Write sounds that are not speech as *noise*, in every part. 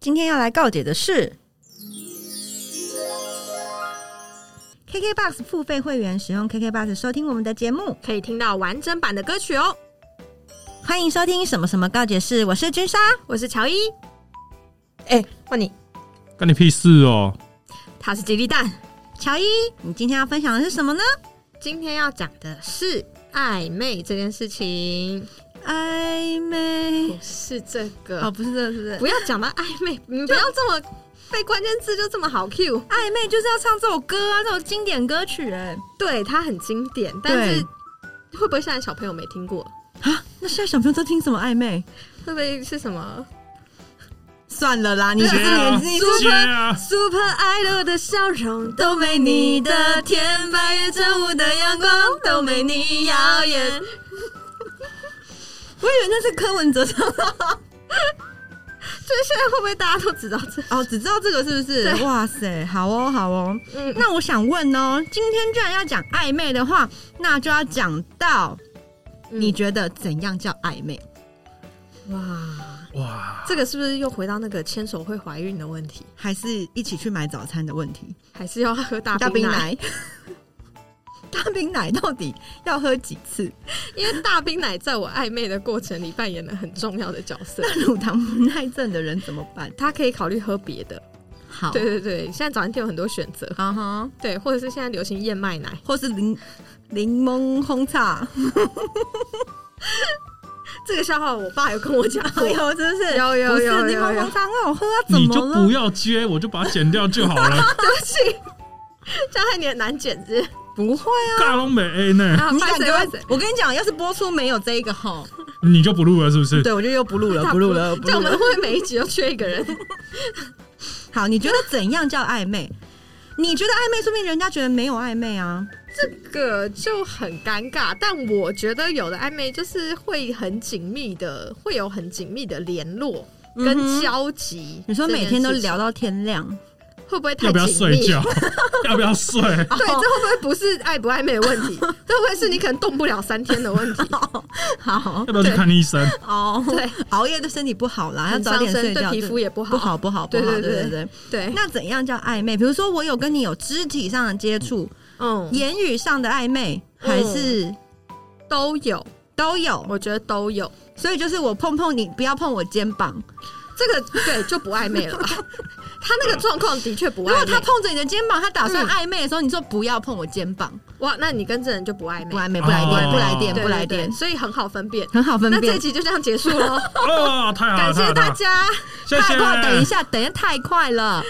今天要来告解的是，KKBOX 付费会员使用 KKBOX 收听我们的节目，可以听到完整版的歌曲哦。欢迎收听什么什么告解室，我是君莎。我是乔伊，哎、换你，干你屁事哦！他是吉利蛋。乔伊，你今天要分享的是什么呢？今天要讲的是暧昧这件事情，暧不昧是这个，哦，不是这个，是这个不要讲到暧昧，你不要这么被关键字就这么好 Q。暧昧就是要唱这首歌啊，这首经典歌曲哎、对，它很经典，但是会不会现在小朋友没听过？啊，那现在小朋友都听什么暧昧？会不会是什么？算了啦，你是接啊你是接啊！ Super Idol 的笑容都没你的甜，八月正午的阳光都没你耀眼。我以为那是柯文哲唱的，就是现在会不会大家都知道这？哦，只知道这个是不是？对哇塞，好哦，好哦。嗯，那我想问哦，今天既然要讲暧昧的话，那就要讲到你觉得怎样叫暧昧？哇，哇，这个是不是又回到那个牵手会怀孕的问题？还是一起去买早餐的问题？还是要喝大大冰冰？奶， *laughs* 大冰奶到底要喝几次？ *laughs* 因为大冰奶在我暧昧的过程里扮演了很重要的角 *laughs* 色。那乳糖不耐症的人怎么办？他可以考虑喝别的，好，对，对对，现在早餐店有很多选择，啊哈，对，或者是现在流行燕麦奶，或是柠柠檬红茶，这个笑话我爸有跟我讲 *laughs* 过哎，呦，真是有有不是有有柠檬有红茶很好喝啊，怎你么就不了？要接，我就把它剪掉就好 *laughs* 了。 *laughs* 对不起，这样害你很难剪 *laughs* 是不会啊，尬龙美 A 呢？啊，你拍敢谁给拍谁我？，我跟你讲，要是播出没有这一个哈，你就不录了是不是？对我就又不录了，不录了，不这样录我们了会。不会每一集都缺一个人？好，你觉得怎样叫暧昧？你觉得暧昧，说明人家觉得没有暧昧啊。这个就很尴尬，但我觉得有的暧昧就是会很紧密的，会有很紧密的联络嗯跟哼交集。你说每天都这件事情聊到天亮，会不会太要不要紧睡密？觉？ *laughs* 要不要睡？哦对，这会不会不是爱不暧昧的问 *laughs* 题？这会不会是你可能动不了三天的问题？好要不要去看医生？ *laughs* 哦，对，熬夜对身体不好啦，要很早点伤睡身觉，对皮肤也不好不好，不好，不对好，对对对对对。对，那怎样叫暧昧？比如说，我有跟你有肢体上的接触，嗯，言语上的暧昧，嗯还是都有，都有。我觉得都有。所以就是我碰碰你，不要碰我肩膀。这个对就不暧昧 *laughs* 了吧？他那个状况的确不如暧果昧。他碰着你的肩膀，他打算嗯暧昧的时候，你说不要碰我肩膀，哇，那你跟这人就不暧昧，不暧昧，不来电，哦不来对电，嗯对不来对电，所以很好分辨。很好分那这一辨。集就这样结束 *laughs* 喽，啊，太好了，太好感谢了，大家。谢太谢。快，等一下，等一下，太快 *laughs* 了，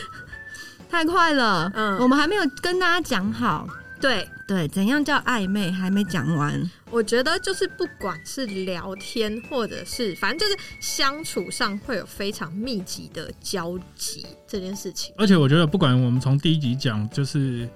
太快了。嗯我们还没有跟大家讲好。对，对，怎样叫暧昧还没讲完。我觉得就是不管是聊天，或者是反正就是相处上会有非常密集的交集这件事情。而且我觉得，不管我们从第一集讲，就是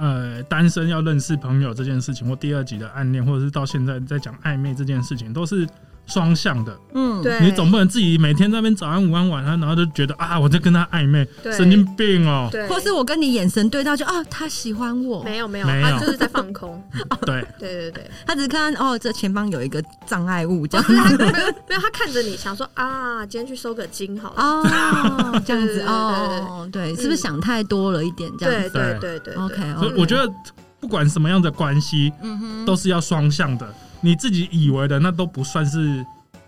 呃，单身要认识朋友这件事情，或第二集的暗恋，或者是到现在在讲暧昧这件事情，都是双向的。嗯，对，你总不能自己每天在那边早安、午安、晚安，然后就觉得啊，我在跟他暧昧，对神经病哦、对，或是我跟你眼神对到就，哦，他喜欢我，没有没有，没有嗯他就是在放 *laughs* 空。对， *laughs* 对对对，他只是看到哦，这前方有一个障碍物这样就是他没有没有，他看着你想说啊，今天去收个金好了。 *laughs* 哦，这样对对对子对哦，对，是不嗯是想太多了一点这样对子对对对嗯？OK，所以 OK 我觉得不管什么样的关系，嗯哼，都是要双向的。你自己以为的那都不算是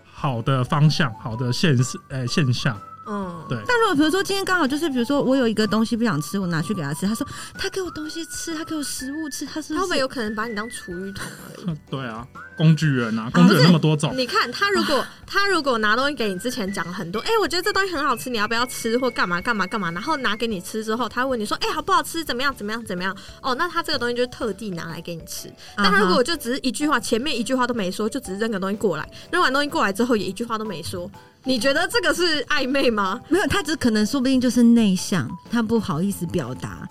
好的方向、好的现实呃现象。嗯，对但如果比如说今天刚好就是，比如说我有一个东西不想吃，我拿去给他吃，他说他给我东西吃，他给我食物吃，他是他不会不会是有可能把你当厨余桶而已？对啊，工具人啊，工具人那么多种，你看他如果 *laughs* 他如果拿东西给你之前讲很多，哎、我觉得这东西很好吃，你要不要吃或干嘛干嘛干嘛，然后拿给你吃之后，他问你说，哎、好不好吃？怎么样怎么样怎么样？哦，那他这个东西就是特地拿来给你吃。啊但他如嗯果就只是一句话，前面一句话都没说，就只是扔个东西过来，扔完东西过来之后也一句话都没说，你觉得这个是暧昧吗？没有，他只可能说不定就是内向，他不好意思表达。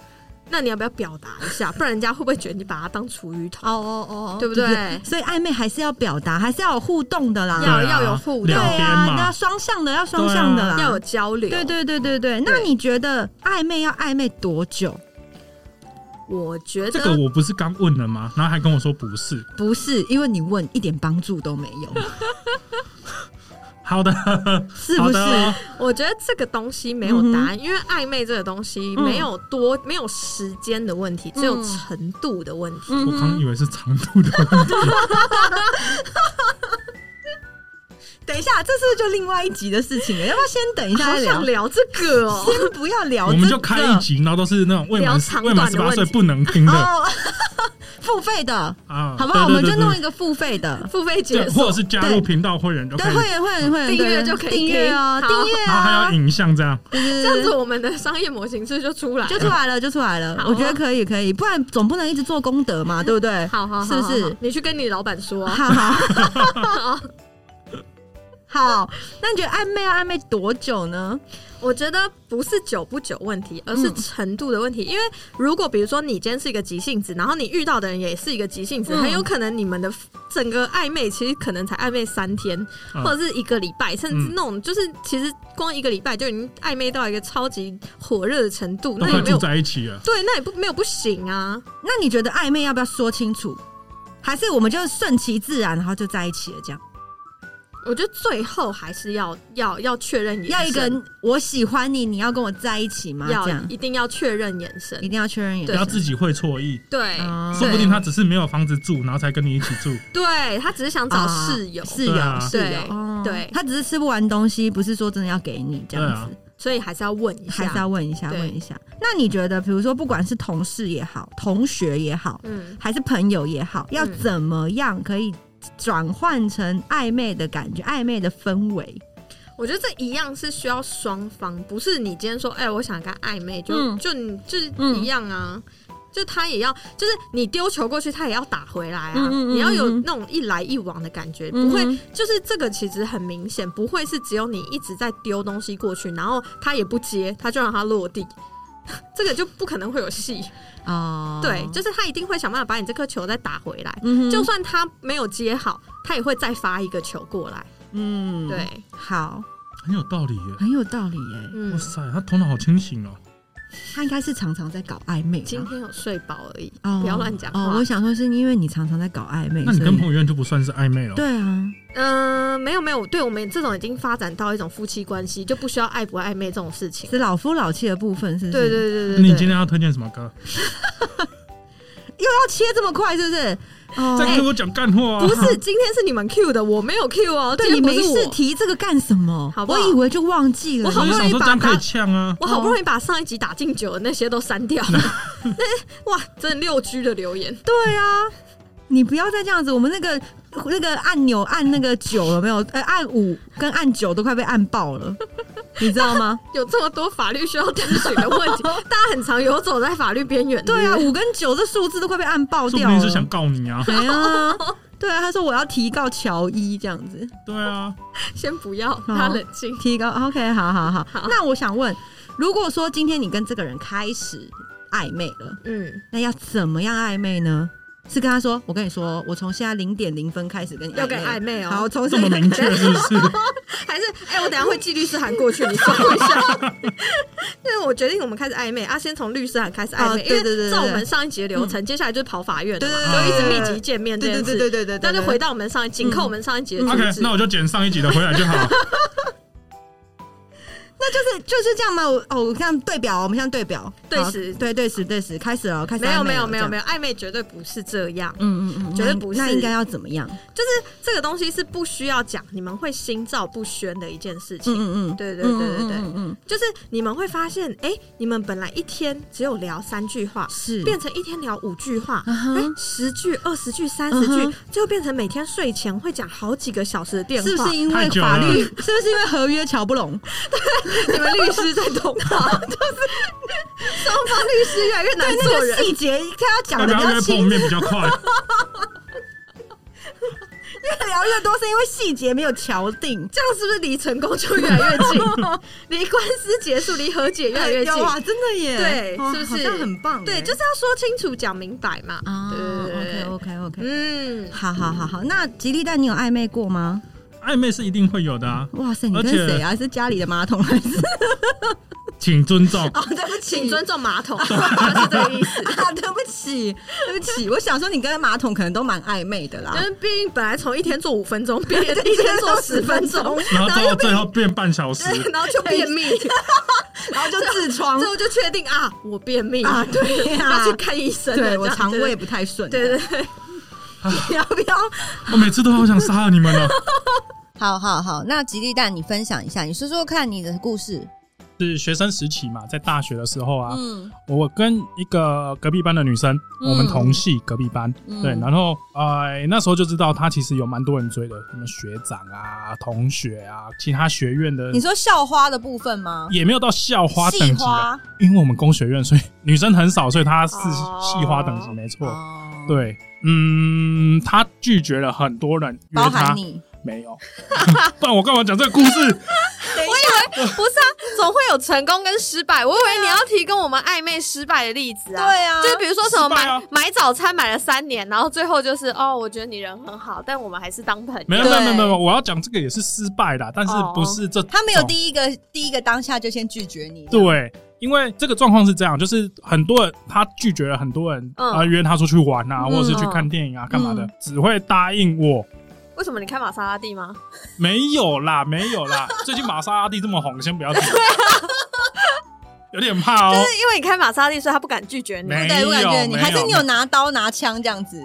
那你要不要表达一下？不然人家会不会觉得你把他当厨余桶？哦哦哦对不对所以暧昧还是要表达，还是要有互动的啦。对啊要要有互动两对边啊，嘛要，双向的，要双向的啦。啊要有交流。对对对对对。那对你觉得暧昧要暧昧多久？我觉这个得我不是刚问了吗？然后还跟我说不是。不是，因为你问一点帮助都没有，好的，是好不是？的哦，我觉得这个东西没有答案，因为暧昧这个东西没有多没有时间的问题，只有程度的问嗯题。我刚以为是长度 *laughs* 的问题。等一下，这是不是就另外一集的事情了？要不要先等一下好再聊想？聊这个哦、先不要聊、我这们就开一个集，然后都是那种未满聊长未满短十八的问题岁不能听的哦， *laughs* 付费的，啊，好不好？我对们就弄对一。对对个付费的， *laughs* 付费对解，或锁者是加入频道会员就可对，以，会员会员会员订阅对就可以订阅哦，听订阅然后还啊有，影像这样。对对这对样子对我们的商业模型是不是就出来就了？出来了，就出来了。好我觉啊得可以，可以，不然总不能一直做功德嘛，对不对？好啊好好，是不好好是？你去跟你老板说。好好 *laughs* 好，那你觉得暧昧要暧昧多久呢？我觉得不是久不久问题，而嗯是程度的问题。因为如果比如说你今天是一个急性子，然后你遇到的人也是一个急性子，嗯很有可能你们的整个暧昧其实可能才暧昧三天，嗯或者是一个礼拜，甚嗯至那种就是其实光一个礼拜就已经暧昧到一个超级火热的程度，都那快也没住有在一起了。对，那也不没有不行啊。那你觉得暧昧要不要说清楚？还是我们就顺其自然，然后就在一起了？这样我觉得最后还是要要要确认眼神，要一个我喜欢你，你要跟我在一起吗？这要样一定要确认眼神一，定要确认眼不要神。自己会错意，对哦说不定对他只是没有房子住，然后才跟你一起住。对他只是想找啊室友，室对友啊室友，哦对他只是吃不完东西，不是说真的要给你这样啊子，所以还是要问一下，还是要问一下对问一下。那你觉得，比如说不管是同事也好，同学也好，嗯，还是朋友也好，要怎么样可以转换成暧昧的感觉、暧昧的氛围？我觉得这一样是需要双方，不是你今天说，哎、我想跟他暧昧，就、嗯就你就是嗯一样啊。就他也要，就是你丢球过去，他也要打回来啊！嗯嗯嗯你要有嗯那种一来一往的感觉，嗯不会哼就是这个其实很明显，不会是只有你一直在丢东西过去，然后他也不接，他就让他落地， *laughs* 这个就不可能会有戏。哦，对，就是他一定会想办法把你这颗球再打回来，嗯哼就算他没有接好，他也会再发一个球过来。嗯，对，，好，很有道理耶！很有道理耶。嗯哇，塞，他头脑好清醒哦。他应该是常常在搞暧昧吧，今天有睡饱而已，哦不要乱讲哦，话我。想说是因为你常常在搞暧昧，那你所以跟朋友约就不算是暧昧了。对啊，嗯、没有没有，对我们这种已经发展到一种夫妻关系，就不需要爱不爱昧这种事情。是老夫老妻的部分，是不是？对对对那你对今对，天要推荐什么歌？要切这么快是不是？哦，在跟我讲干货啊不！是今天是你们 Q 的，我没有 Q 哦。对今你天不没是事我，提这个干什么？好不我好以为就忘记了。我好我不就容易想说这样把可以答呛啊。我好不容哦易把上一集打进酒的那些都删掉了。那 *laughs* 哇，真的六 G 的留言，对啊，你不要再这样子，我们那个那个按钮按那个九有没有？呃，按五跟按九都快被按爆 *laughs* 了，你知道吗？有这么多法律需要咨询的问 *laughs* 题，大家很常游走在法律边缘。对啊，是不是五跟九这数字都快被按爆说不掉定了。是想告你啊。哎呀， *laughs* 对啊，他说我要提告乔伊这样子，对啊，先不要，他冷静。提高 OK，好好好。好那我想问，如果说今天你跟这个人开始暧昧了，嗯，那要怎么样暧昧呢？是跟他说，我跟你说，我从现在零点零分开始跟你要跟暧昧哦好，从这么明确是不是？还是哎、我等一下会寄律师函过去，你收一下。 *laughs* 因为我决定我们开始暧昧啊，先从律师函开始暧哦昧，对对对对因为嗯照我们上一集的流程，接下来就是跑法院的嘛，对对就对一直密集见面这 *laughs* 件对事。对对对对对，嗯那就回到我们上一，紧扣我们上一集的主嗯 OK，旨。那我就剪上一集的回来就好。那就是就是这样嘛。我哦，我这样对表，我们现在对表，对好时对对时对时，开始了，开始没有暧昧没有了没有这没样有，暧昧绝对不是这样。嗯嗯嗯，绝对那不那是应该要怎么样？就是这个东西是不需要讲，你们会心照不宣的一件事情。嗯嗯嗯，对对对对对，嗯嗯嗯，就是你们会发现，哎、你们本来一天只有聊三句话，是变成一天聊五句话，哎、嗯哼十句、二十句、三十嗯句哼，最后变成每天睡前会讲好几个小时的电话，是不是因为太久法了 *laughs* 律？是不是因为合约瞧不拢？你们律师在通话， *laughs* 就是双方律师越来越难对，那做个人。细节他要讲要的不比要较约清 *laughs* 碰面比较快？越聊越多，是因为细节没有敲定。这样是不是离成功就越来越近，离官司结束、离和解越来越近有？啊，真的耶，对哇是不是好像很棒耶？欸对，就是要说清楚、讲明白嘛。啊对对对，OK OK OK，嗯，好好好好。那吉利蛋，你有暧昧过吗？暧昧是一定会有的啊。哇塞，你哎而跟且谁啊？是家里的马桶还是？请尊重。哦，对不请起，尊重 *laughs* 马桶，就是这个 *laughs* 意思。啊，对不起，对不起，我想说你跟马桶可能都蛮暧昧的啦就。是毕竟本来从一天做五分钟，变一天做十分钟，然后然后到又最后变半小 *laughs* 时，然后就便秘，然后就痔疮之后就确定啊，我便秘啊，对呀要去，看医生了。对这我样肠胃，不太顺，对对对对，你 *laughs* 要不要？我每次都好想杀了你们哦了。好好好，那吉利蛋，你分享一下，你说说看你的故事。是学生时期嘛，在大学的时候啊，嗯我跟一个隔壁班的女生，嗯我们同系隔壁班，嗯对，然后呃那时候就知道她其实有蛮多人追的，什么学长啊、同学啊、其他学院的你，说校花的部分吗？也没有到校花等系级啊的，花因为我们工学院，所以女生很少，所以她是哦系花等级，没错。哦，对，嗯，她拒绝了很多人约包她含，你。没 *laughs* 有，不然我干嘛讲这个故事？不是啊，总会有成功跟失败。我以为你要提供我们暧昧失败的例子啊。对啊就是比如说什么失败买、啊买早餐买了三年，然后最后就是哦，我觉得你人很好，但我们还是当朋友。没有没有对没有没有，我要讲这个也是失败的，但是哦不是这他没有种第一个第一个当下就先拒绝你，对，因为这个状况是这样，就是很多人他拒绝了很多人嗯啊、约他出去玩啊，嗯或者是去看电影啊，干嘛的，只会答应我。为什么你看玛莎拉蒂吗？没有啦， *laughs* 没有啦，最近玛莎拉蒂这么红，先不要 *laughs* 提，有点怕哦、就是因为你看玛莎拉蒂，所以他不敢拒绝你。没不对？我感觉你没有还是你有没拿刀拿枪这样子，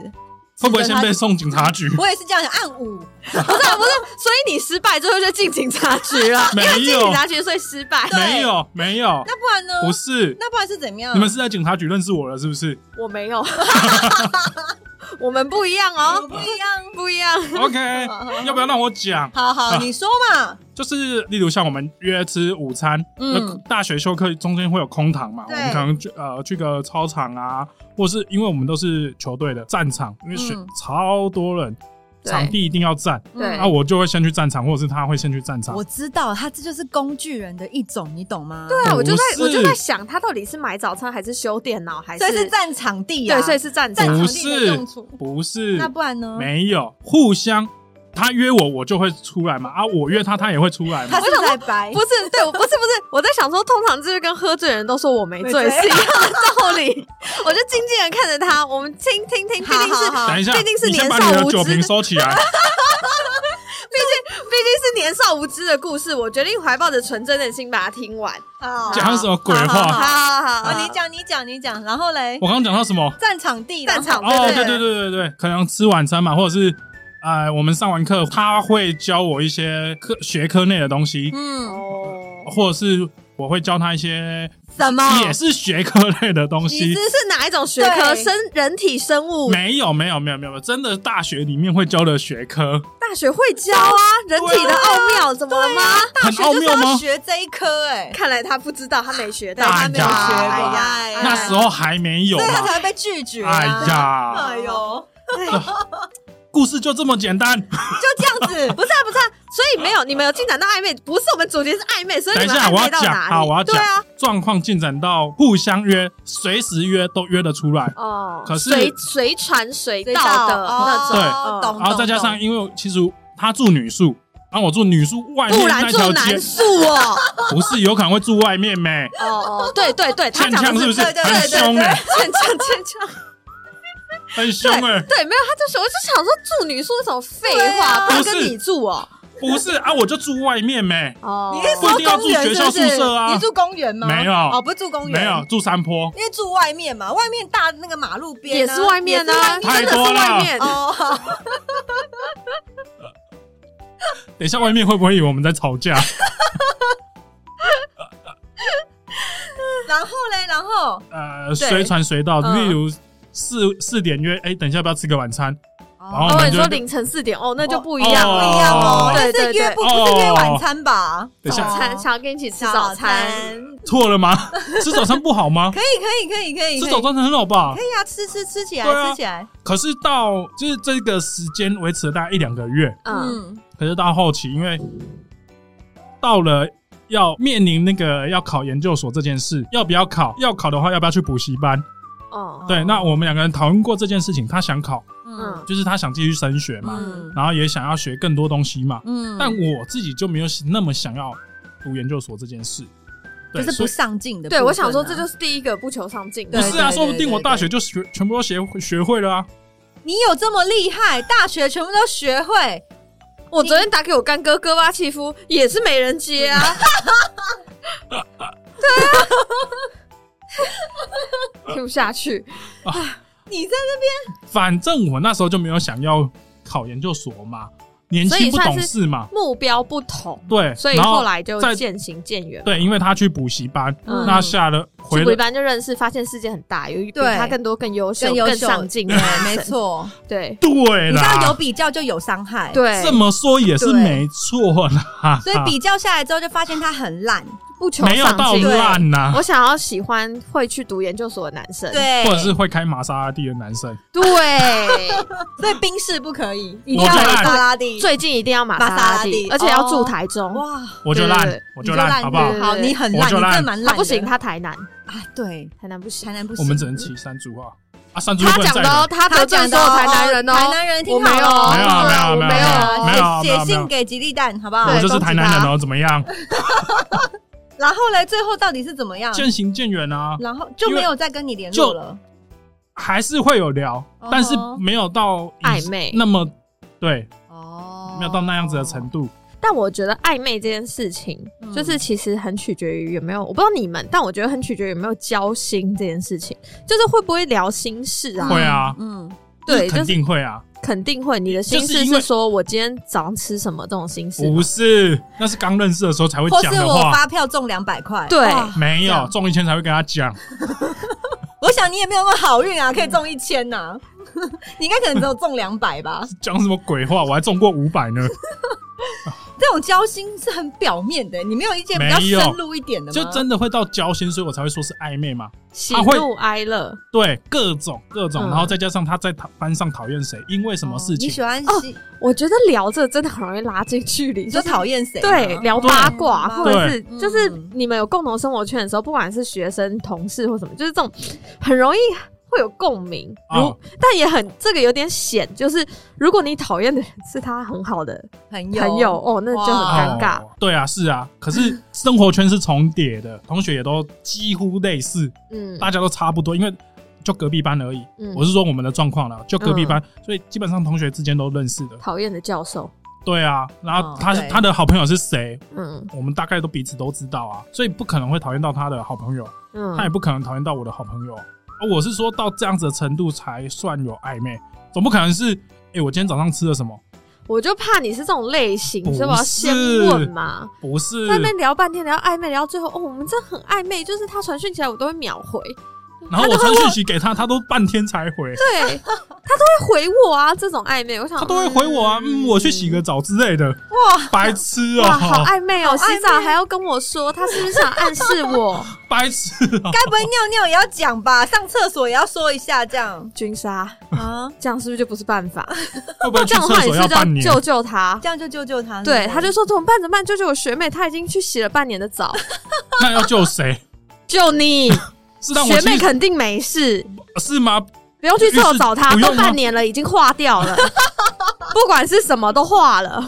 会不会先被送警察局？，我也是这样想，暗五不是啊不是，所以你失败最后就进警察局了 *laughs* 没进有警，察局所以失败。对没有，没有，那不然呢？不是。那不然是怎么样？你们是在警察局认识我了，是不是我没 *laughs* 有，我们不一样哦，不一样。不一样。 ？OK，要 *laughs* 不要让我讲？好好，啊你说嘛。就是例如像我们约吃午餐，嗯那大学休课中间会有空堂嘛，我对们可能去呃去个操场啊，或是因为我们都是球队的战场，因为选嗯超多人，对场地一定要占，对那我就会先去战场，或者是他会先去战场我。知道，他这就是工具人的一种，你懂吗？对啊，我就在不是我就在想，他到底是买早餐还是修电脑，还所以是是占场地啊，对，所以是站占长场不地的是用处。不是那，不然呢？没有互相，他约我我就会出来嘛，啊我约他他也会出来嘛他，是不是在白，不是，对，我不是不是，我在想说，通常就是跟喝醉的人都说我没醉没醉是一样的道理。我就经纪人看着他，我们听听听，毕好竟是好好，等一下，毕竟是你先年把少你的无酒知瓶收起来。毕竟是年少无知的故事，我决定怀抱着纯真的心把它听完。哦讲什么鬼话 *laughs* 好好好好好好，哦，你讲，你讲，你讲，然后嘞，我刚刚讲到什么？占场地，战场然后哦，对对对对对对对，可能吃晚餐嘛，或者是呃，我们上完课，他会教我一些科学科内的东西，嗯，哦，或者是我会教他一些什么？也是学科类的东你西这。是哪一种学科？对生人体生物？没有没有没有没有，真的大学里面会教的学科，大学会教啊，人体的奥啊妙，怎么了吗？很奥就是妙要吗？学这一科，哎，看来他不知道，他没学到。大他没有学哎过，呀哎呀，那时候还没有所以他嘛。才会被拒绝啊。哎呀，哎呦，故事就这么简单。就这样 *laughs* 子，不是啊，不是啊，所以没有你们有进展到暧昧，不是我们主题是暧昧，所以等你一们下，暧我要昧到讲哪里？啊，我要讲对啊，状况进展到互相约，随时约都约得出来。哦，可是随随传随知到道的那种，对哦懂，然后再加上，懂因为其实他住女宿，然后我住女宿外面不哎那然条住街男，宿哦，不是有可能会住外 *laughs* 面咩？哦 *laughs* 哦，对对对，他欠讲呛的是不是对对对很凶哎，欠呛欠呛，很凶哎？对，没有，他就是，我就想说住女宿那种废对啊话，不能不跟是你住哦，不是啊，我就住外面咩？哦，你是不一说定要公园住学校是不是宿舍啊你住公园吗？没有哦，不是住公园，没有，住山坡，因为住外面嘛，外面大那个马路边啊也是外面也是啊，外面太真的是多了外面，哦，好 *laughs* 等一下外面会不会以为我们在吵架？然后嘞，然后呃，随传随到，嗯例如四四点约，哎，等一下要不要吃个晚餐？然后我哦，们你就说凌晨四点哦，那就不一样不哦了。一样哦，对但对是约不对不是约晚餐吧？等一下早餐哦想要跟你一起吃早餐，，错了 *laughs* 吗？吃早餐不好吗可？以可以可以可以，吃可以早餐很好吧可？以啊，吃吃吃起对来啊吃起来，可是到就是这个时间维持了大概一两个月，嗯，嗯，可是到后期，因为到了要面临那个要考研究所这件事，要不要考？要考的话，要不要去补习班？哦，对，那我们两个人讨论过这件事情，他想考，嗯嗯就是他想继续升学嘛，嗯然后也想要学更多东西嘛。嗯但我自己就没有那么想要读研究所这件事，就对是不上进的部分啊。对，我想说这就是第一个不求上进对的不。是啊，对对说不定我对大学就学全部都学学会了啊。你有这么厉害，大学全部都学会，我昨天打给我干哥戈巴契夫也是没人接啊，对啊，听不下去。你在反正我那时候就没有想要考研究所嘛，年所以轻不算懂是事嘛，目标不同，对，所以然后后来就在渐行渐远。对，因为他去补习班，嗯那下了去回补了习班就认识，发现世界很大，有比对他更多、更优秀、更优秀上进的 *laughs* 对人，没 *laughs* 错，对对你知道有啦，比较就有伤害，，对，这么说也是对没错啦，所以 *laughs* 比较下来之后就发现他很烂，啊不求没有上到进。烂啊呐、我想要喜欢会去读研究所的男生，对或，者是会开玛莎拉蒂的男生，对，所以冰室不可以，一定我要就有烂沙拉蒂。最近一定要玛玛莎莎拉拉蒂蒂，而且要住台中，哇，我就对烂对，我你就烂，好不好对？好，你很烂，我你就真烂的蛮烂的。他啊不行，他台南，啊，对，台南不行。台南不我行。们只能骑山猪号啊，山猪他不能讲载的哦，人。他他得罪讲所的有哦台南人哦，台南人听我没有好了哦没有啊没有我没没有有没有没写有啊没信有，给吉利蛋，好不好我对？就是台南人攻哦，怎么样？嗯然后嘞，最后到底是怎么样？渐行渐远啊，然后就没有再跟你联络了。还是会有聊哦，但是没有到以暧昧那么对，哦，没有到那样子的程度。但我觉得暧昧这件事情，嗯就是其实很取决于有没有，我不知道你们，但我觉得很取决于有没有交心这件事情，就是会不会聊心事啊？会啊，嗯，对，肯就是定会啊，肯定会。你的心就是事因为是说我今天早上吃什么这种心事吗不？是，那是刚认识的时候才会或讲是的我话，发票中两百块，对哇没这有样中一千才会跟他讲。我想你也没有那么好运啊，可以中一千呐。 *laughs* 你应该可能只有中两百吧？讲什么鬼话？我还中过五百 *laughs* 呢，这种交心是很表面的，你没有一些比较没有深入一点的吗？就真的会到交心，所以我才会说是暧昧嘛。喜啊会怒哀乐，对，各种各种，嗯然后再加上他在讨班上讨厌谁，因为什么事你喜情，欢哦喜我觉得聊这真的很容易拉近距离，你就说是讨厌谁吗？对聊八卦，或对者是对就是嗯你们有共同生活圈的时候，不管是学生、同事或什么，就是这种很容易会有共鸣。如、哦但也很这个有点险，就是如果你讨厌的人是他很好的朋友朋友，哦，那就很哇尴尬。嗯哦对啊，是啊，可是生活圈是重叠的，同学也都几乎类似，嗯大家都差不多，因为就隔壁班而已。嗯我，是说我们的状况了，就隔壁班，所以基本上同学之间都认识的。讨厌的教授，对啊，然后哦他对他的好朋友是谁，嗯我们大概都彼此都知道啊，所以不可能会讨厌到他的好朋友。他也嗯，不可能讨厌到我的好朋友。而我是说到这样子的程度才算有暧昧，总不可能是哎、诶我今天早上吃了什么？我就怕你是这种类型，不所以我要先是问嘛。不是在，那边聊半天，聊暧昧，聊到最后，哦，我们真的很暧昧，就是他传讯起来我都会秒回，然后我传讯息给他，他都半天才回，对他都会回我啊，这种暧昧，我想他都会回我啊，嗯，我去洗个澡之类的。哇，白痴哇，好哦，暧昧哦！好暧昧洗澡还要跟我说，他是不是想暗 *laughs* 示我白痴哦，该不会尿尿也要讲吧？上厕所也要说一下这样君莎？啊？这样是不是就不是办法？哦会不会去这样厕的话，你所是要不半是年就？要救救 *laughs* 他？这样就救救他。对，他就说怎么办？怎么办？救救我学妹，她已经去洗了半年 *laughs* 的澡，那要救谁？救你！是让我学去妹肯定没事，是吗？不用去厕所找她，不都用吗半年了，已经化掉 *laughs* 了，不管是什么都化了。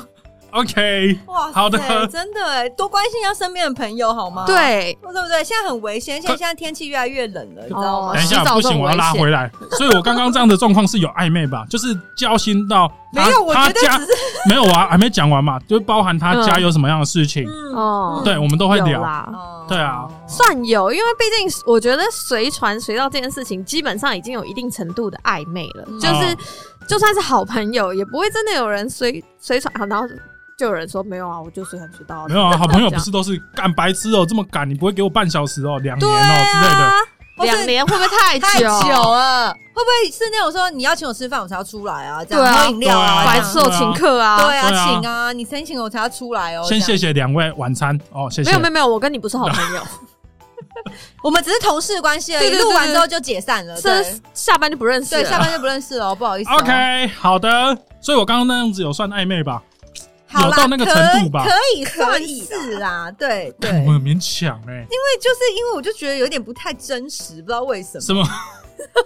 OK，哇塞，好的真的哎，多关心一下身边的朋友好啊吗？，对，对不对？现在很危险，现在现在天气越来越冷了，你知道哦吗等一？洗下澡不这行，种我要拉危险回来。所以我刚刚这样的状况是有暧昧吧？就是交心到他没有，我他觉家得只是没有啊，还没讲完嘛，就包含他家有什么样的事情，嗯，哦，对，我们都会有聊。啦。哦对啊，算有，因为毕竟我觉得随传随到这件事情，基本上已经有一定程度的暧昧了，嗯就是就算是好朋友，也不会真的有人随随传、啊，然后就有人说没有啊，我就随传随到啊，没有啊，好朋友不 *laughs* 这是都是干白痴哦，这么赶，你不会给我半小时哦，两年对哦之类的。啊，或样两是年会不会太太久？久了，会不会是那种说你要请我吃饭我才要出来啊？这对样啊喝饮料对啊这白样受请客啊！对啊，对啊请啊，你申请我才要出来哦。先这谢样，谢两位晚餐哦，谢没谢有。没有没有，我跟你不是好朋友，我们只是同事关系而已，对啊对对录完对之后就解散了。这 *laughs* 对下班就不认识对，下了。班就不认识了哦，不好意思哦。啊 OK，好的，所以我刚刚那样子有算暧昧吧？好有啦，到那个程度吧可以可可以以啊算是啦，对对，干因 *laughs* 我为很勉强哎，就是因为我就觉得有点不太真实，不知道为什么。什么？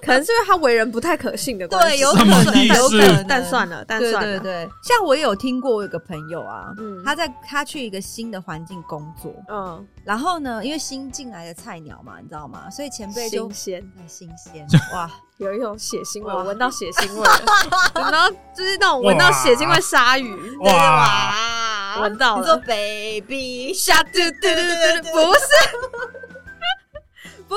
可能是因为他为人不太可信的关对，系。有什可么能，意有可思能，但算了，但对算对了，对，像我也有听过，我有个朋友啊，嗯，他在他去一个新的环境工作，嗯然后呢，因为新进来的菜鸟嘛，你知道吗？所以前辈就新鲜，哎新鲜 *laughs* 哇，有一种血腥味，哇我闻到血腥味了， *laughs* 然后就是那种闻到血腥味鲨鱼，哇，哇，闻到你说了， baby 下嘟嘟嘟嘟，不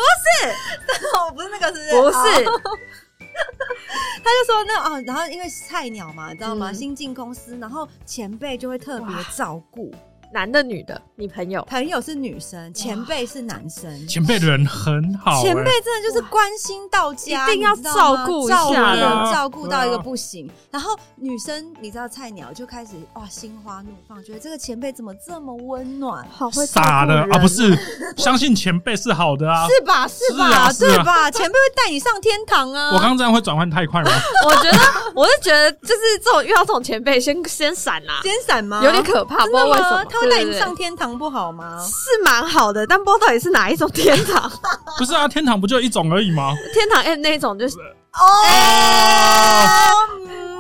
是哦，不是那个，是不哦是，他就说那哦，然后因为是菜鸟嘛，你知道吗？嗯新进公司，然后前辈就会特别照顾，男的女的，你朋友朋友是女生，前辈是男生。前辈人很好、欸，前辈真的就是关心到家，一定要你知道吗照顾一照顾下嗯的照顾到一个不行。然后女生，你知道菜鸟就开始哇心花怒放，觉得这个前辈怎么这么温暖，好会照顾傻的人啊，不是，相信前辈是好的啊。是吧？是吧？是啊是啊对吧？前辈会带你上天堂啊！我刚刚这样会转换太 *laughs* 快吗？我觉得，我是觉得，就是这种遇到这种前辈，先先闪啊啦、今天闪吗？有点可怕，不真知道的为什么吗？他会带你对对对上天堂不好吗？是蛮好的，但不知道到底是哪一种天堂。不是啊，天堂不就一种而已 *laughs* 吗？天堂 M 那一种就是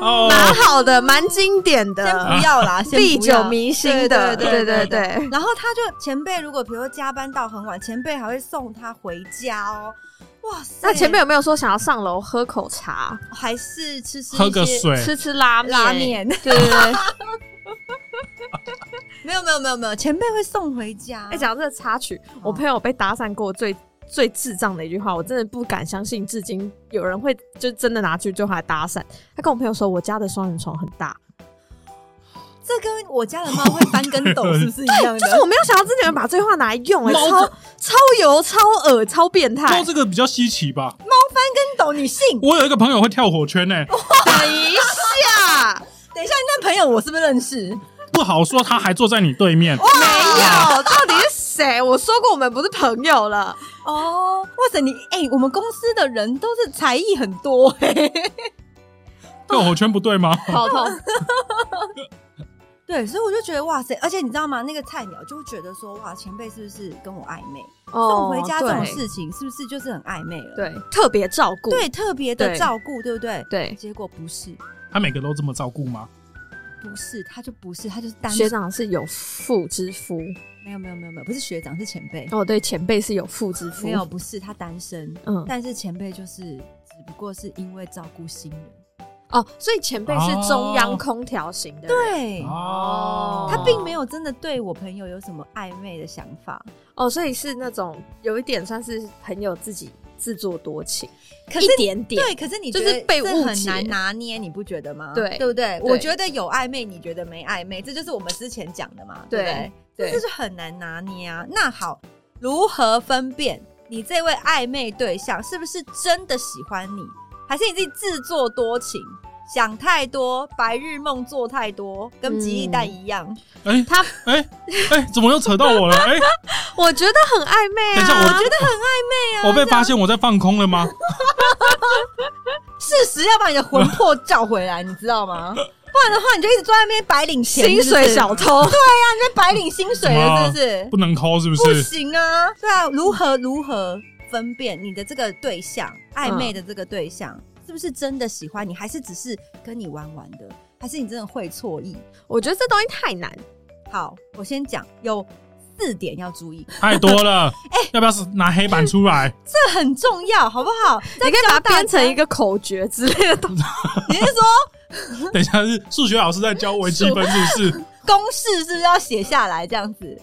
哦，蛮好的，蛮经典先的，不要啦，先哦历不要久弥新的，对对对对对对。然后他就前辈，如果比如说加班到很晚，前辈还会送他回家哦。哇塞！那前辈有没有说想要上楼喝口茶、还是吃吃一喝个些水，吃吃拉面？拉，*laughs* 面？对对对。没有没有没有没有，前辈会送回家。哎，讲到这个插曲，我朋友被搭讪过最。最智障的一句话，我真的不敢相信，至今有人会就真的拿去就来搭讪。他跟我朋友说，我家的双人床很大，这跟我家的猫会翻跟 *laughs* 斗是不是一样就是的？我没有想到这有人把这句话拿来用、欸，猫超超油、超恶、超变态啊说。这个比较稀奇吧。跟斗你信？我有一个朋友会跳火圈呢、欸等一下， *laughs* 等一下，你那朋友我是不是认识？不好说，他还坐在你对面。没有， *laughs* 到底是谁？我说过我们不是朋友了，哦，哇塞，你哎、我们公司的人都是才艺很多哎、 *laughs* 跳火圈不对吗？好痛。 *laughs* 对，所以我就觉得哇塞，而且你知道吗？那个菜鸟就会觉得说哇，前辈是不是跟我暧昧？送回家这种事情是不是就是很暧昧了？哦对，对特别照顾，对，特别的对照顾，对不对？对，结果不是，他每个都这么照顾吗？不是，他就不是，他就是单学长是有妇之夫，没有没有没有没有，不是学长是前辈，哦，对，前辈是有妇之夫没，有不是他单身，嗯，但是前辈就是只不过是因为照顾新人，哦，所以前辈是中央空调型的人，对哦，他并没有真的对我朋友有什么暧昧的想法，哦，所以是那种有一点算是朋友自己自作多情，可一是点点，对，可是你就是觉得被这误很解难拿捏，你不觉得吗？对对不对？对我觉得有暧昧，你觉得没暧昧，这就是我们之前讲的嘛，对不对？对这就是很难拿捏啊。那好，如何分辨你这位暧昧对象是不是真的喜欢你，还是你自己自作多情？想太多，白日梦做太多，跟吉利嗯蛋一样。哎，他哎哎，怎么又扯到我了？ *laughs* 哎，我觉得很暧昧等一下，我啊，觉得很暧昧啊。我被发现我在放空了吗？事实要把你的魂魄叫回来，你知道 *laughs* 吗？不然的话，你就一直坐在那边白领钱，薪水是不是小偷，那白领薪水了，是不是？不能抠是不不是？行啊！对啊，如何如何分辨你的这个对象，暧昧的这个对象、是不是真的喜欢你，还是只是跟你玩玩的，还是你真的会错意？我觉得这东西太难。好，我先讲有。四点要注意， *laughs* 太多 *laughs* 了，要不要拿黑板出来？这很重要，好不好？你可以把它编成一个，个口诀之类的东西，你是说等一下是数学老师在教微积分是不是？公式是不是要写下来这样子？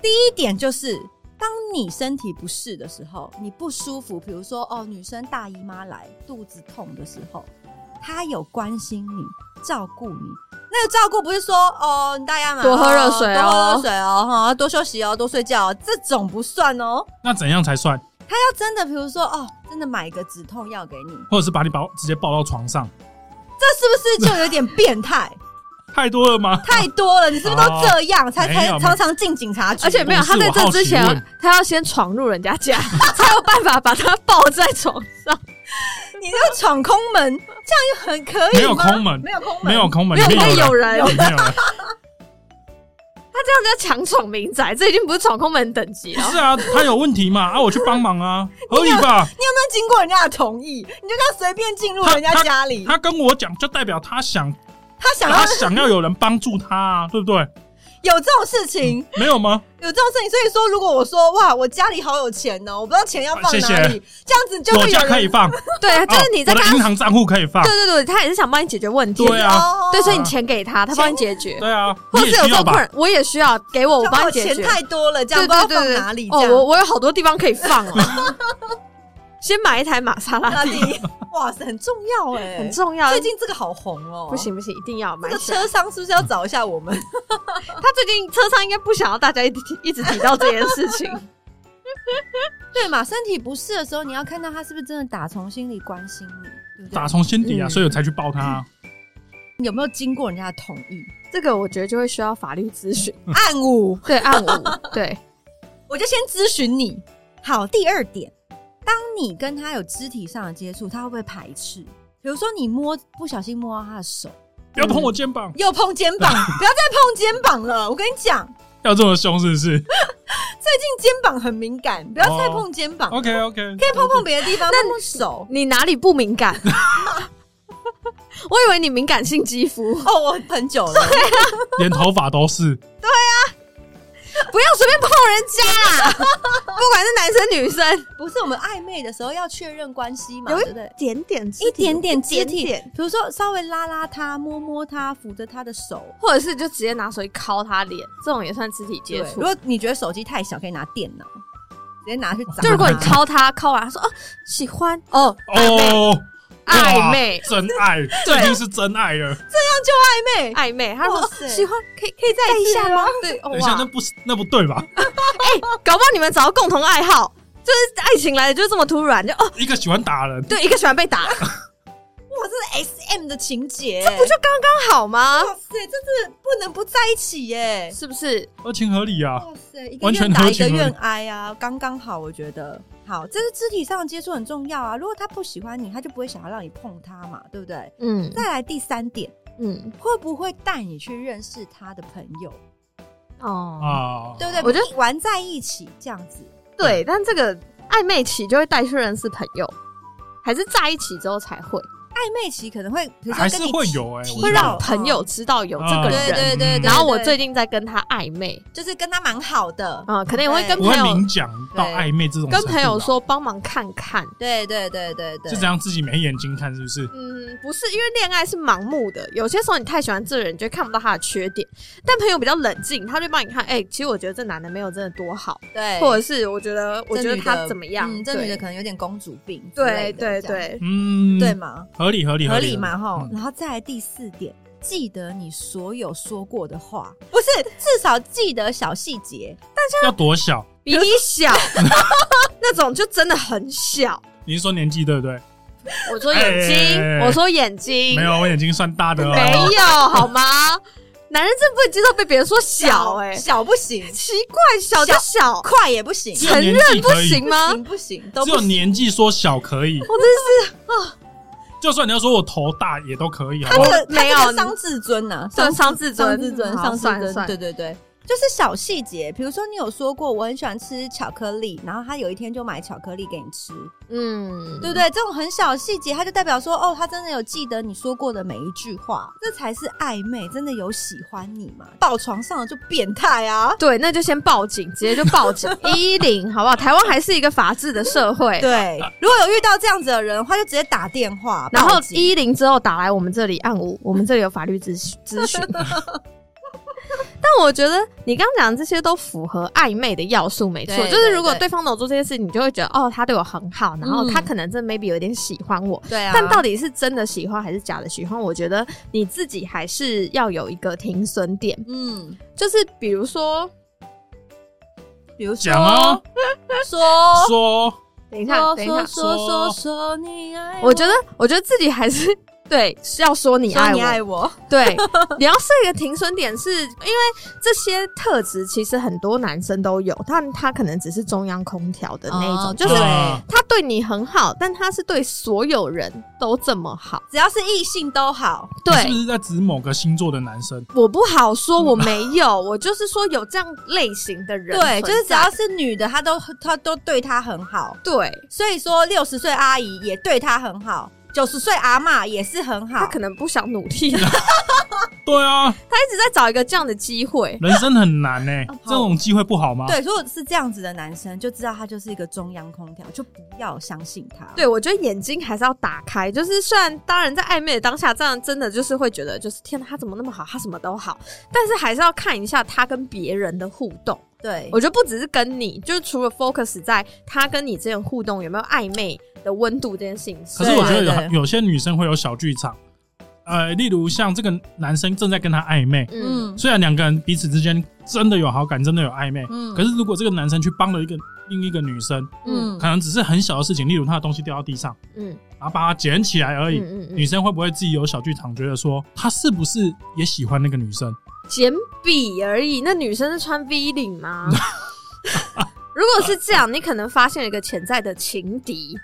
第一点就是，当你身体不适的时候，你不舒服，比如说哦，女生大姨妈来肚子痛的时候，她有关心你，照顾你。那个照顾不是说哦，你大姨妈多喝热水哦多喝热水哦，哈，多休息哦，多睡觉哦，这种不算哦。 *laughs* 那怎样才算？她要真的，比如说哦，真的买一个止痛药给你，或者是把你抱直接抱到床上？这是不是就有点 *laughs* 变态？哦太多了吗？太多了，你是不是都这样？才没才有常常进警察局，而且没有不是他在这之前我好奇问，他要先闯入人家 *laughs* 家，才有办法把他抱在床上。你要闯空门，这样又很可没以吗？有空门没有空门，没有空门，哦 *laughs* 没有里面没有人，人，里面有人，他这让人家强闯民宅，这已经不是闯空门等级不了。是啊，他有问题嘛？啊，我去帮忙 *laughs* 啊，合理吧？你有没有经过人家的同意？你就这样随便进入人家家里，他跟我讲，就代表他想他 *laughs* 想要他想要有人帮助他啊，对不对？有这种事情，没有吗？有这种事情。所以说，如果我说哇，我家里好有钱哦，我不知道钱要放哪里，谢谢这样子就我会有家可以人放，对， *laughs* 就是你在哦我跟的银他，行账户可以放对，对对，他也是想帮你解决问题。对啊，哦对所以你钱给他，他帮你解决，对啊，或你者也是有需这要种困吧？扰，我也需要，给我，我就帮哦你解钱决。太多了，这样对不知道对对放对，哪里，哦这，样我我有好多地方可以放啊。 *laughs* 先买一台玛莎拉哪蒂，里，哇塞，很重要哎，很重要。最近这个好红哦，不。行不行，一定要买这个起来。车商是不是要找一下我们？他最近车上应该不想要大家一直提一直提到这件事 *laughs* 情。 *laughs* 对嘛？身体不适的时候，你要看到他是不是真的打从心里关心你，对不对打从心底啊，嗯所以我才去抱他啊。有没有经过人家的同意？这个我觉得就会需要法律咨询，暗舞，对暗 *laughs* 五，对我就先咨询你。好，第二点，当你跟他有肢体上的接触，他会不会排斥？比如说你摸不小心摸到他的手，不要碰我肩膀，又碰肩 *laughs* 膀，不要再碰肩膀了。我跟你讲，最要这么凶是不嗯是近肩膀很敏感，不要再碰肩哦膀， ？OK OK，可可以碰碰别的地方，碰碰手。你哪里不敏 *laughs* 感？我以为你敏感性肌 *laughs* 肤，哦，我很久 *laughs* 了，连头发都是。不要随便碰人家啦，啊不管是男生女生，不是我们暧昧的时候要确认关系嘛，有对不对？点点肢体一点点肢一体，点点比如说稍微拉拉他，摸摸他，扶着他的手。或者是就直接拿手机敲他脸，这种也算肢体接对，触如。果你觉得手机太小，可以拿电脑，直接拿去砸它。就如果你敲他，敲完他说哦喜欢哦，哦，暧哇昧真 *laughs* 爱，啊这已经是真爱了。暧昧，暧昧，他说哇哦塞喜欢可以可可以再以一下次吗？对，哦等一下，那哇，哎不是那不对 *laughs* 吧？搞不好你们找到共同爱好，就是爱情来的就这么突然，就 *laughs* 哦一个喜欢打人，对，一个喜欢被打，哇，这是 S M 的情节，这不就刚刚 *laughs* 好吗？哇塞，这是不能不在一起耶！是不是？合情合理啊。哇塞，一个完全愿打合一个情合理愿挨啊，刚刚好，我觉得。好，这是肢体上的接触很重要啊。如果他不喜欢你，他就不会想要让你碰他嘛，对不对？嗯再来第三点，嗯会不会带你去认识他的朋友，哦，啊，对不对？我觉得玩在一起这样子，对，但这个暧昧期就会带去认识朋友，还是在一起之后才会，暧昧期可能会，比如说还跟是你会提有哎提我会觉得到嗯让朋友知道有这个啊对人。对对，对嗯然后我对最近在跟他暧昧，就是跟他蛮好的，嗯，可能也会跟不朋会友明讲到对暧昧这种程度啊。跟朋友说帮忙看看。对对对对对，是怎样自己没眼睛看是不是？嗯，不是，因为恋爱是盲目的，有些时候你太喜欢这个人，你就看不到他的缺点。但朋友比较冷静，他就帮你看，哎、其实我觉得这男的没有真的多好，对，或者是我觉得我这觉得女他的怎么样，嗯，这女的可能有点公主病之类对对对的，这对，样 *laughs* 嗯，对，嘛，合理合理合理理嘛哈。嗯然后再来第四点，记得你所有说过的话，不是至少记得小细节，要多小？比你小 *laughs* 那种就真的很小。你是说年纪对不对？我说眼睛，哎我说眼睛，没有，我眼睛算大的哦。没有好吗？男人真不会接受被别人说小哎、小不行，奇怪，小就小，快也不行，只有承年纪认不可以行吗？行不行都只有不行。年纪说小可以，我真是就算你要说我头大也都可以，好他不好这？个没有他这个伤自尊呐，算伤自尊，伤自尊，好伤自算了尊，算了对对对，就是小细节，比如说你有说过我很喜欢吃巧克力，然后他有一天就买巧克力给你吃，嗯，对不对？这种很小的细节，他就代表说，哦，他真的有记得你说过的每一句话，这才是暧昧，真的有喜欢你嘛？抱床上了就变态啊！对，那就先报警，直接就报 *laughs* 警一零，好不好？台湾还是一个法治的社会，对，如果有遇到这样子的人的话，就直接打电话，然后报警一零之后打来我们这里按五，我们这里有法律咨询 *laughs* 咨询。但我觉得你刚讲的这些都符合暧昧的要素，没错。对就是如对果对对方有做这些事，你就会觉得哦，他对我很好，然后嗯他可能真的 maybe 有点喜欢我。对啊，但到底是真的喜欢还是假的喜欢？我觉得你自己还是要有一个停损点，嗯，就是比如说，比如说讲啊，说说等一下，说等一下说，说说说你爱我觉得，我觉得自己还是 *laughs* 对，是要说你说爱你我，爱我，对， *laughs* 你要设一个停损点是，因为这些特质其实很多男生都有，但他可能只是中央空调的那一种，哦就是啊他对你很好，但他是对所有人都这么好。只要是异性都好。你对是不，是在指某个星座的男生？我不好说我没 *laughs* 有，我就是说有这样类型的人存在，对，就是只要是女的，她都她都对她很好。对，所以说，六十岁阿姨也对她很好，九十岁阿嬷也是很他好可。能不想努力， *laughs* 他一对啊，直在找一个这样的机会。人生很难呢、这种机会不好吗？对，如果是这样子的男生，就知道他就是一个中央空调，就不要相信他。对，我觉得眼睛还是要打开。就是虽然当然在暧昧的当下，这样真的就是会觉得，就是天哪，他怎么那么好，他什么都好，但是还是要看一下他跟别人的互动。对我觉得不只是跟你，就是除了 focus 在他跟你之间的互动有没有暧昧的温度这件事情之可外，是我觉得对对有有些女生会有小剧场，呃，例如像这个男生正在跟她暧昧，嗯，虽然两个人彼此之间真的有好感，真的有暧昧，嗯可是如果这个男生去帮了一个另一个女生，嗯可能只是很小的事情，例如她的东西掉到地上，嗯然后把它捡起来而已。嗯嗯女嗯，生会不会自己有小剧场，觉得说她是不是也喜欢那个女生？简笔而已。那女生是穿 V 领吗？ *laughs* 如果是这样，你可能发现了一个潜在的情敌。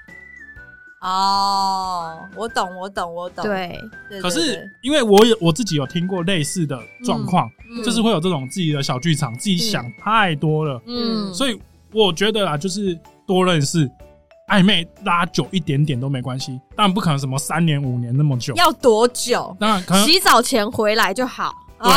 哦，我懂，我懂，我懂。对，对，对可对是因为我有我自己有听过类似的状况，嗯就是会有这种自己的小剧场，自己想太多了，嗯所以我觉得啊，就是多认识。暧昧拉久一点点都没关系，当然不可能什么三年五年那么久，要多久？当然可能对，洗澡前回来就好。哦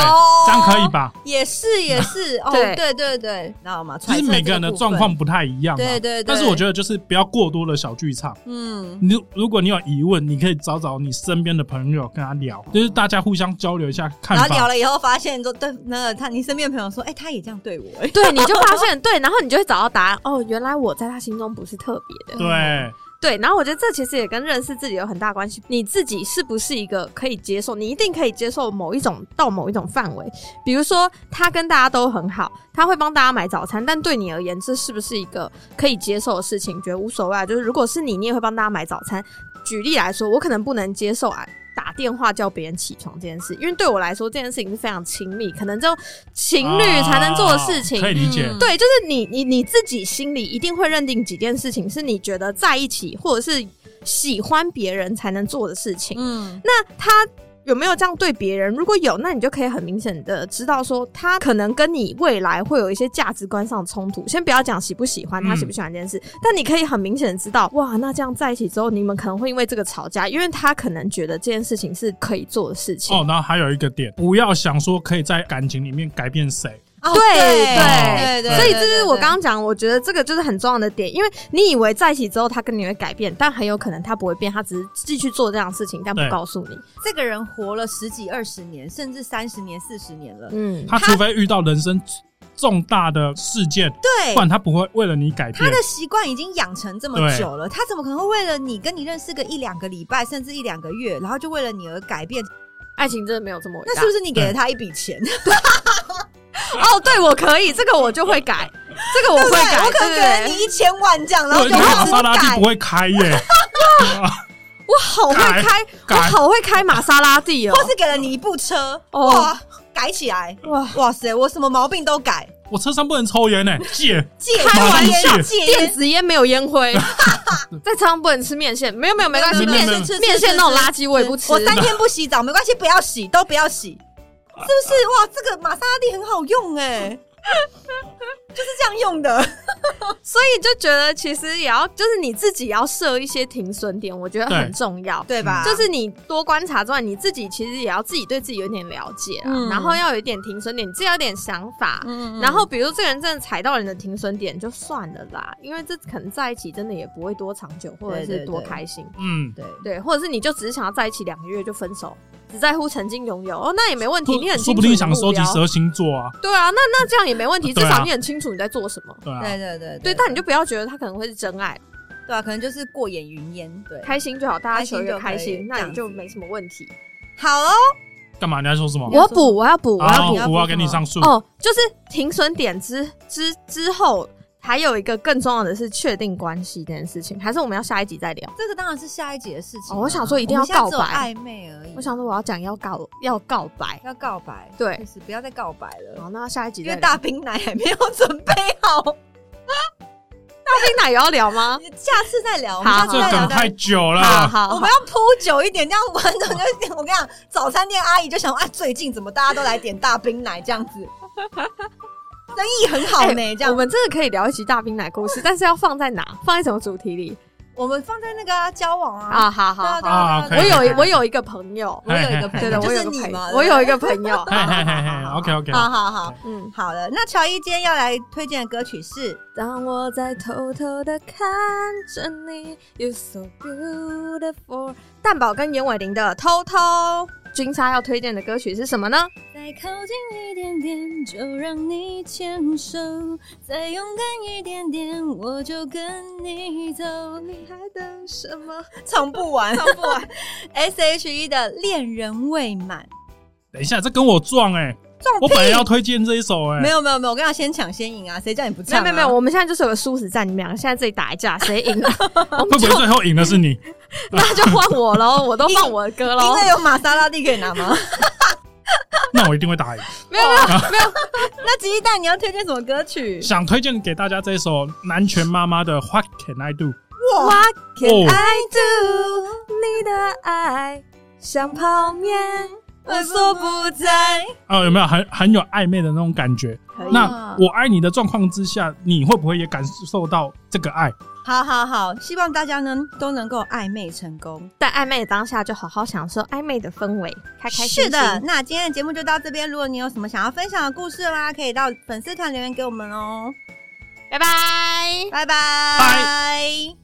这样可以吧？也是也是哦，对对对对，知道吗？就是每个人的状况不太一样嘛。揣测这个部分，对对对。但是我觉得就是不要过多的小剧场。得，嗯，你如果你有疑问，你可以找找你身边的朋友跟他聊，就是大家互相交流一下看然后聊法。了以后发现说，对，那个他你身边的朋友说，哎、他也这样对我、哎对，你就发现对，然后你就会找到答案。哦，原来我在他心中不是特嗯别的。对，对，然后我觉得这其实也跟认识自己有很大关系。你自己是不是一个可以接受？你一定可以接受某一种到某一种范围，比如说他跟大家都很好，他会帮大家买早餐，但对你而言，这是不是一个可以接受的事情？觉得无所谓啊。就是如果是你，你也会帮大家买早餐。举例来说，我可能不能接受啊。打电话叫别人起床这件事，因为对我来说这件事情是非常亲密，可能就情侣才能做的事情。啊可以理解。嗯对，就是你你你自己心里一定会认定几件事情是你觉得在一起或者是喜欢别人才能做的事情。嗯，那他有没有这样对别人？如果有，那你就可以很明显的知道说他可能跟你未来会有一些价值观上的冲突。先不要讲喜不喜欢他嗯喜不喜欢这件事，但你可以很明显的知道，哇，那这样在一起之后，你们可能会因为这个吵架，因为他可能觉得这件事情是可以做的事情。哦，然后还有一个点，不要想说可以在感情里面改变谁。哦对对对，所以这对就是我对刚刚讲，我觉得这个就是很重要的点，因为你以为在一起之后他跟你会改变，但很有可能他不会变，他只是继续做这样的事情，但不对告诉你。这个人活了十几、二十年，甚至三十年、四十年了，嗯，他除非遇到人生重大的事件，对不，然他不会为了你改他变的。习惯已经养成这么久了，他怎么可能会为了你跟你认识个一两个礼拜，甚至一两个月，然后就为了你而改变？爱情真的没有这么伟那大是不是你给了他一笔钱？哦，对我可以，这个我就会改，这个我对会不对？改，我可对能给对了对你一千万这样，然后我就你玛莎拉一直蒂改不。会开耶， *laughs* 我好会开，我改好会开玛莎拉蒂哦或，是给了你一部车，哦哇，改起来，哇哇哇塞，我什么毛病都改，我车上不能抽烟呢，戒。戒开玩烟笑戒电烟，子烟没有烟灰， *laughs* 在车上不能吃面线，没有没有没关系，没有面没有线吃吃面线吃那种吃垃圾我也不吃我。三天不洗澡没关系，不要洗，都不要洗，是不是？哇，这个玛莎拉蒂很好用哎、就是这样用的。所以就觉得其实也要，就是你自己要设一些停损点，我觉得对很重要。对吧？就是你多观察之外，你自己其实也要自己对自己有点了解啊，嗯然后要有一点停损点，你自己要有点想法。嗯，嗯然后，比如这个人真的踩到你的停损点，就算了啦，因为这可能在一起真的也不会多长久，或者对是对多对开心，嗯，对，对，或者是你就只是想要在一起两个月就分手，只在乎曾经拥有，哦，那也没问题，你很说清不楚定你的想收目集标，十二星座啊，对啊，那那这样也没问题，至对啊少你很清楚你在做什么，对啊，对对对对，但你就不要觉得他可能会是真爱，对啊，可能就是过眼云烟。对，开心就好，大家开心求一个就可开以心，这那你样就子没什么问题。好哦，干嘛？你在说什么？我要补，我要补，我然要后补要补我要什给你么上诉。哦，就是停损点之之之后，还有一个更重要的是确定关系这件事情，还是我们要下一集再聊。这个当然是下一集的事情啊、哦我想说一定要我们现在只有告白暧昧而已。我想说我要讲要告要告白，要告白，对哦就是不要再告白了，好，那下一集因再为聊。大冰奶还没有 *laughs* 准备好，冰奶有要聊 *laughs* 吗？你下次再聊，我们好下好次这再梗聊。太久好了。好啊我好们，要铺久一点，这样完整就 *laughs* 我跟你讲，早餐店阿姨就想，哎，最近怎么大家都来点大冰奶这样子，生意很好呢、这样哎我们这个可以聊一集大冰奶故事，但是要放在哪？放在什么主题里我们放在那个啊、交往啊，啊？好对啊好对好，啊啊对我啊可以对啊有一我有一个朋友，我有一嘿嘿个嘿朋对友，的，哎就我是有一你个朋嘛，友，我有一个朋 *laughs* 友，嘿嘿嘿嘿，OK OK，好好好，嗯。好了，那乔伊今天要来推荐的歌曲是当我在偷偷的看着你，You so beautiful。蛋宝跟严伟玲的《偷偷》，君莎要推荐的歌曲是什么呢？再靠近一点点，就让你牵手；再勇敢一点点，我就跟你走。你还等什么？唱不完，唱不完 *laughs* S H E 的《恋人未满等一下，这跟我撞哎、》，撞我本来屁要推荐这一首哎、没有没有没有，我跟你讲，先抢先赢啊，谁叫你不没唱、有啊？没有没有，我们现在就是有个殊死战，啊你们 *laughs* 俩现在自己打一架，谁赢了？会我们不就会最后赢的是你？那就换我喽，我都放我的歌 *laughs* 因喽。为有玛莎拉蒂可以拿 *laughs* 吗？那我一定会打赢。没有没有，那吉吉蛋，你要推荐什么歌曲？想推荐给大家这一首南拳妈妈的《What Can I Do》。哇，哦， I do 你的爱像泡面，无所不在。啊，有没有很很有暧昧的那种感觉？啊可以那我爱你的状况之下，你会不会也感受到这个爱？好好好，希望大家呢都能够暧昧成功。在暧昧的当下，就好好享受暧昧的氛围，开开心心。是的，，那今天的节目就到这边。如果你有什么想要分享的故事啦，可以到粉丝团留言给我们哦。拜拜。拜拜。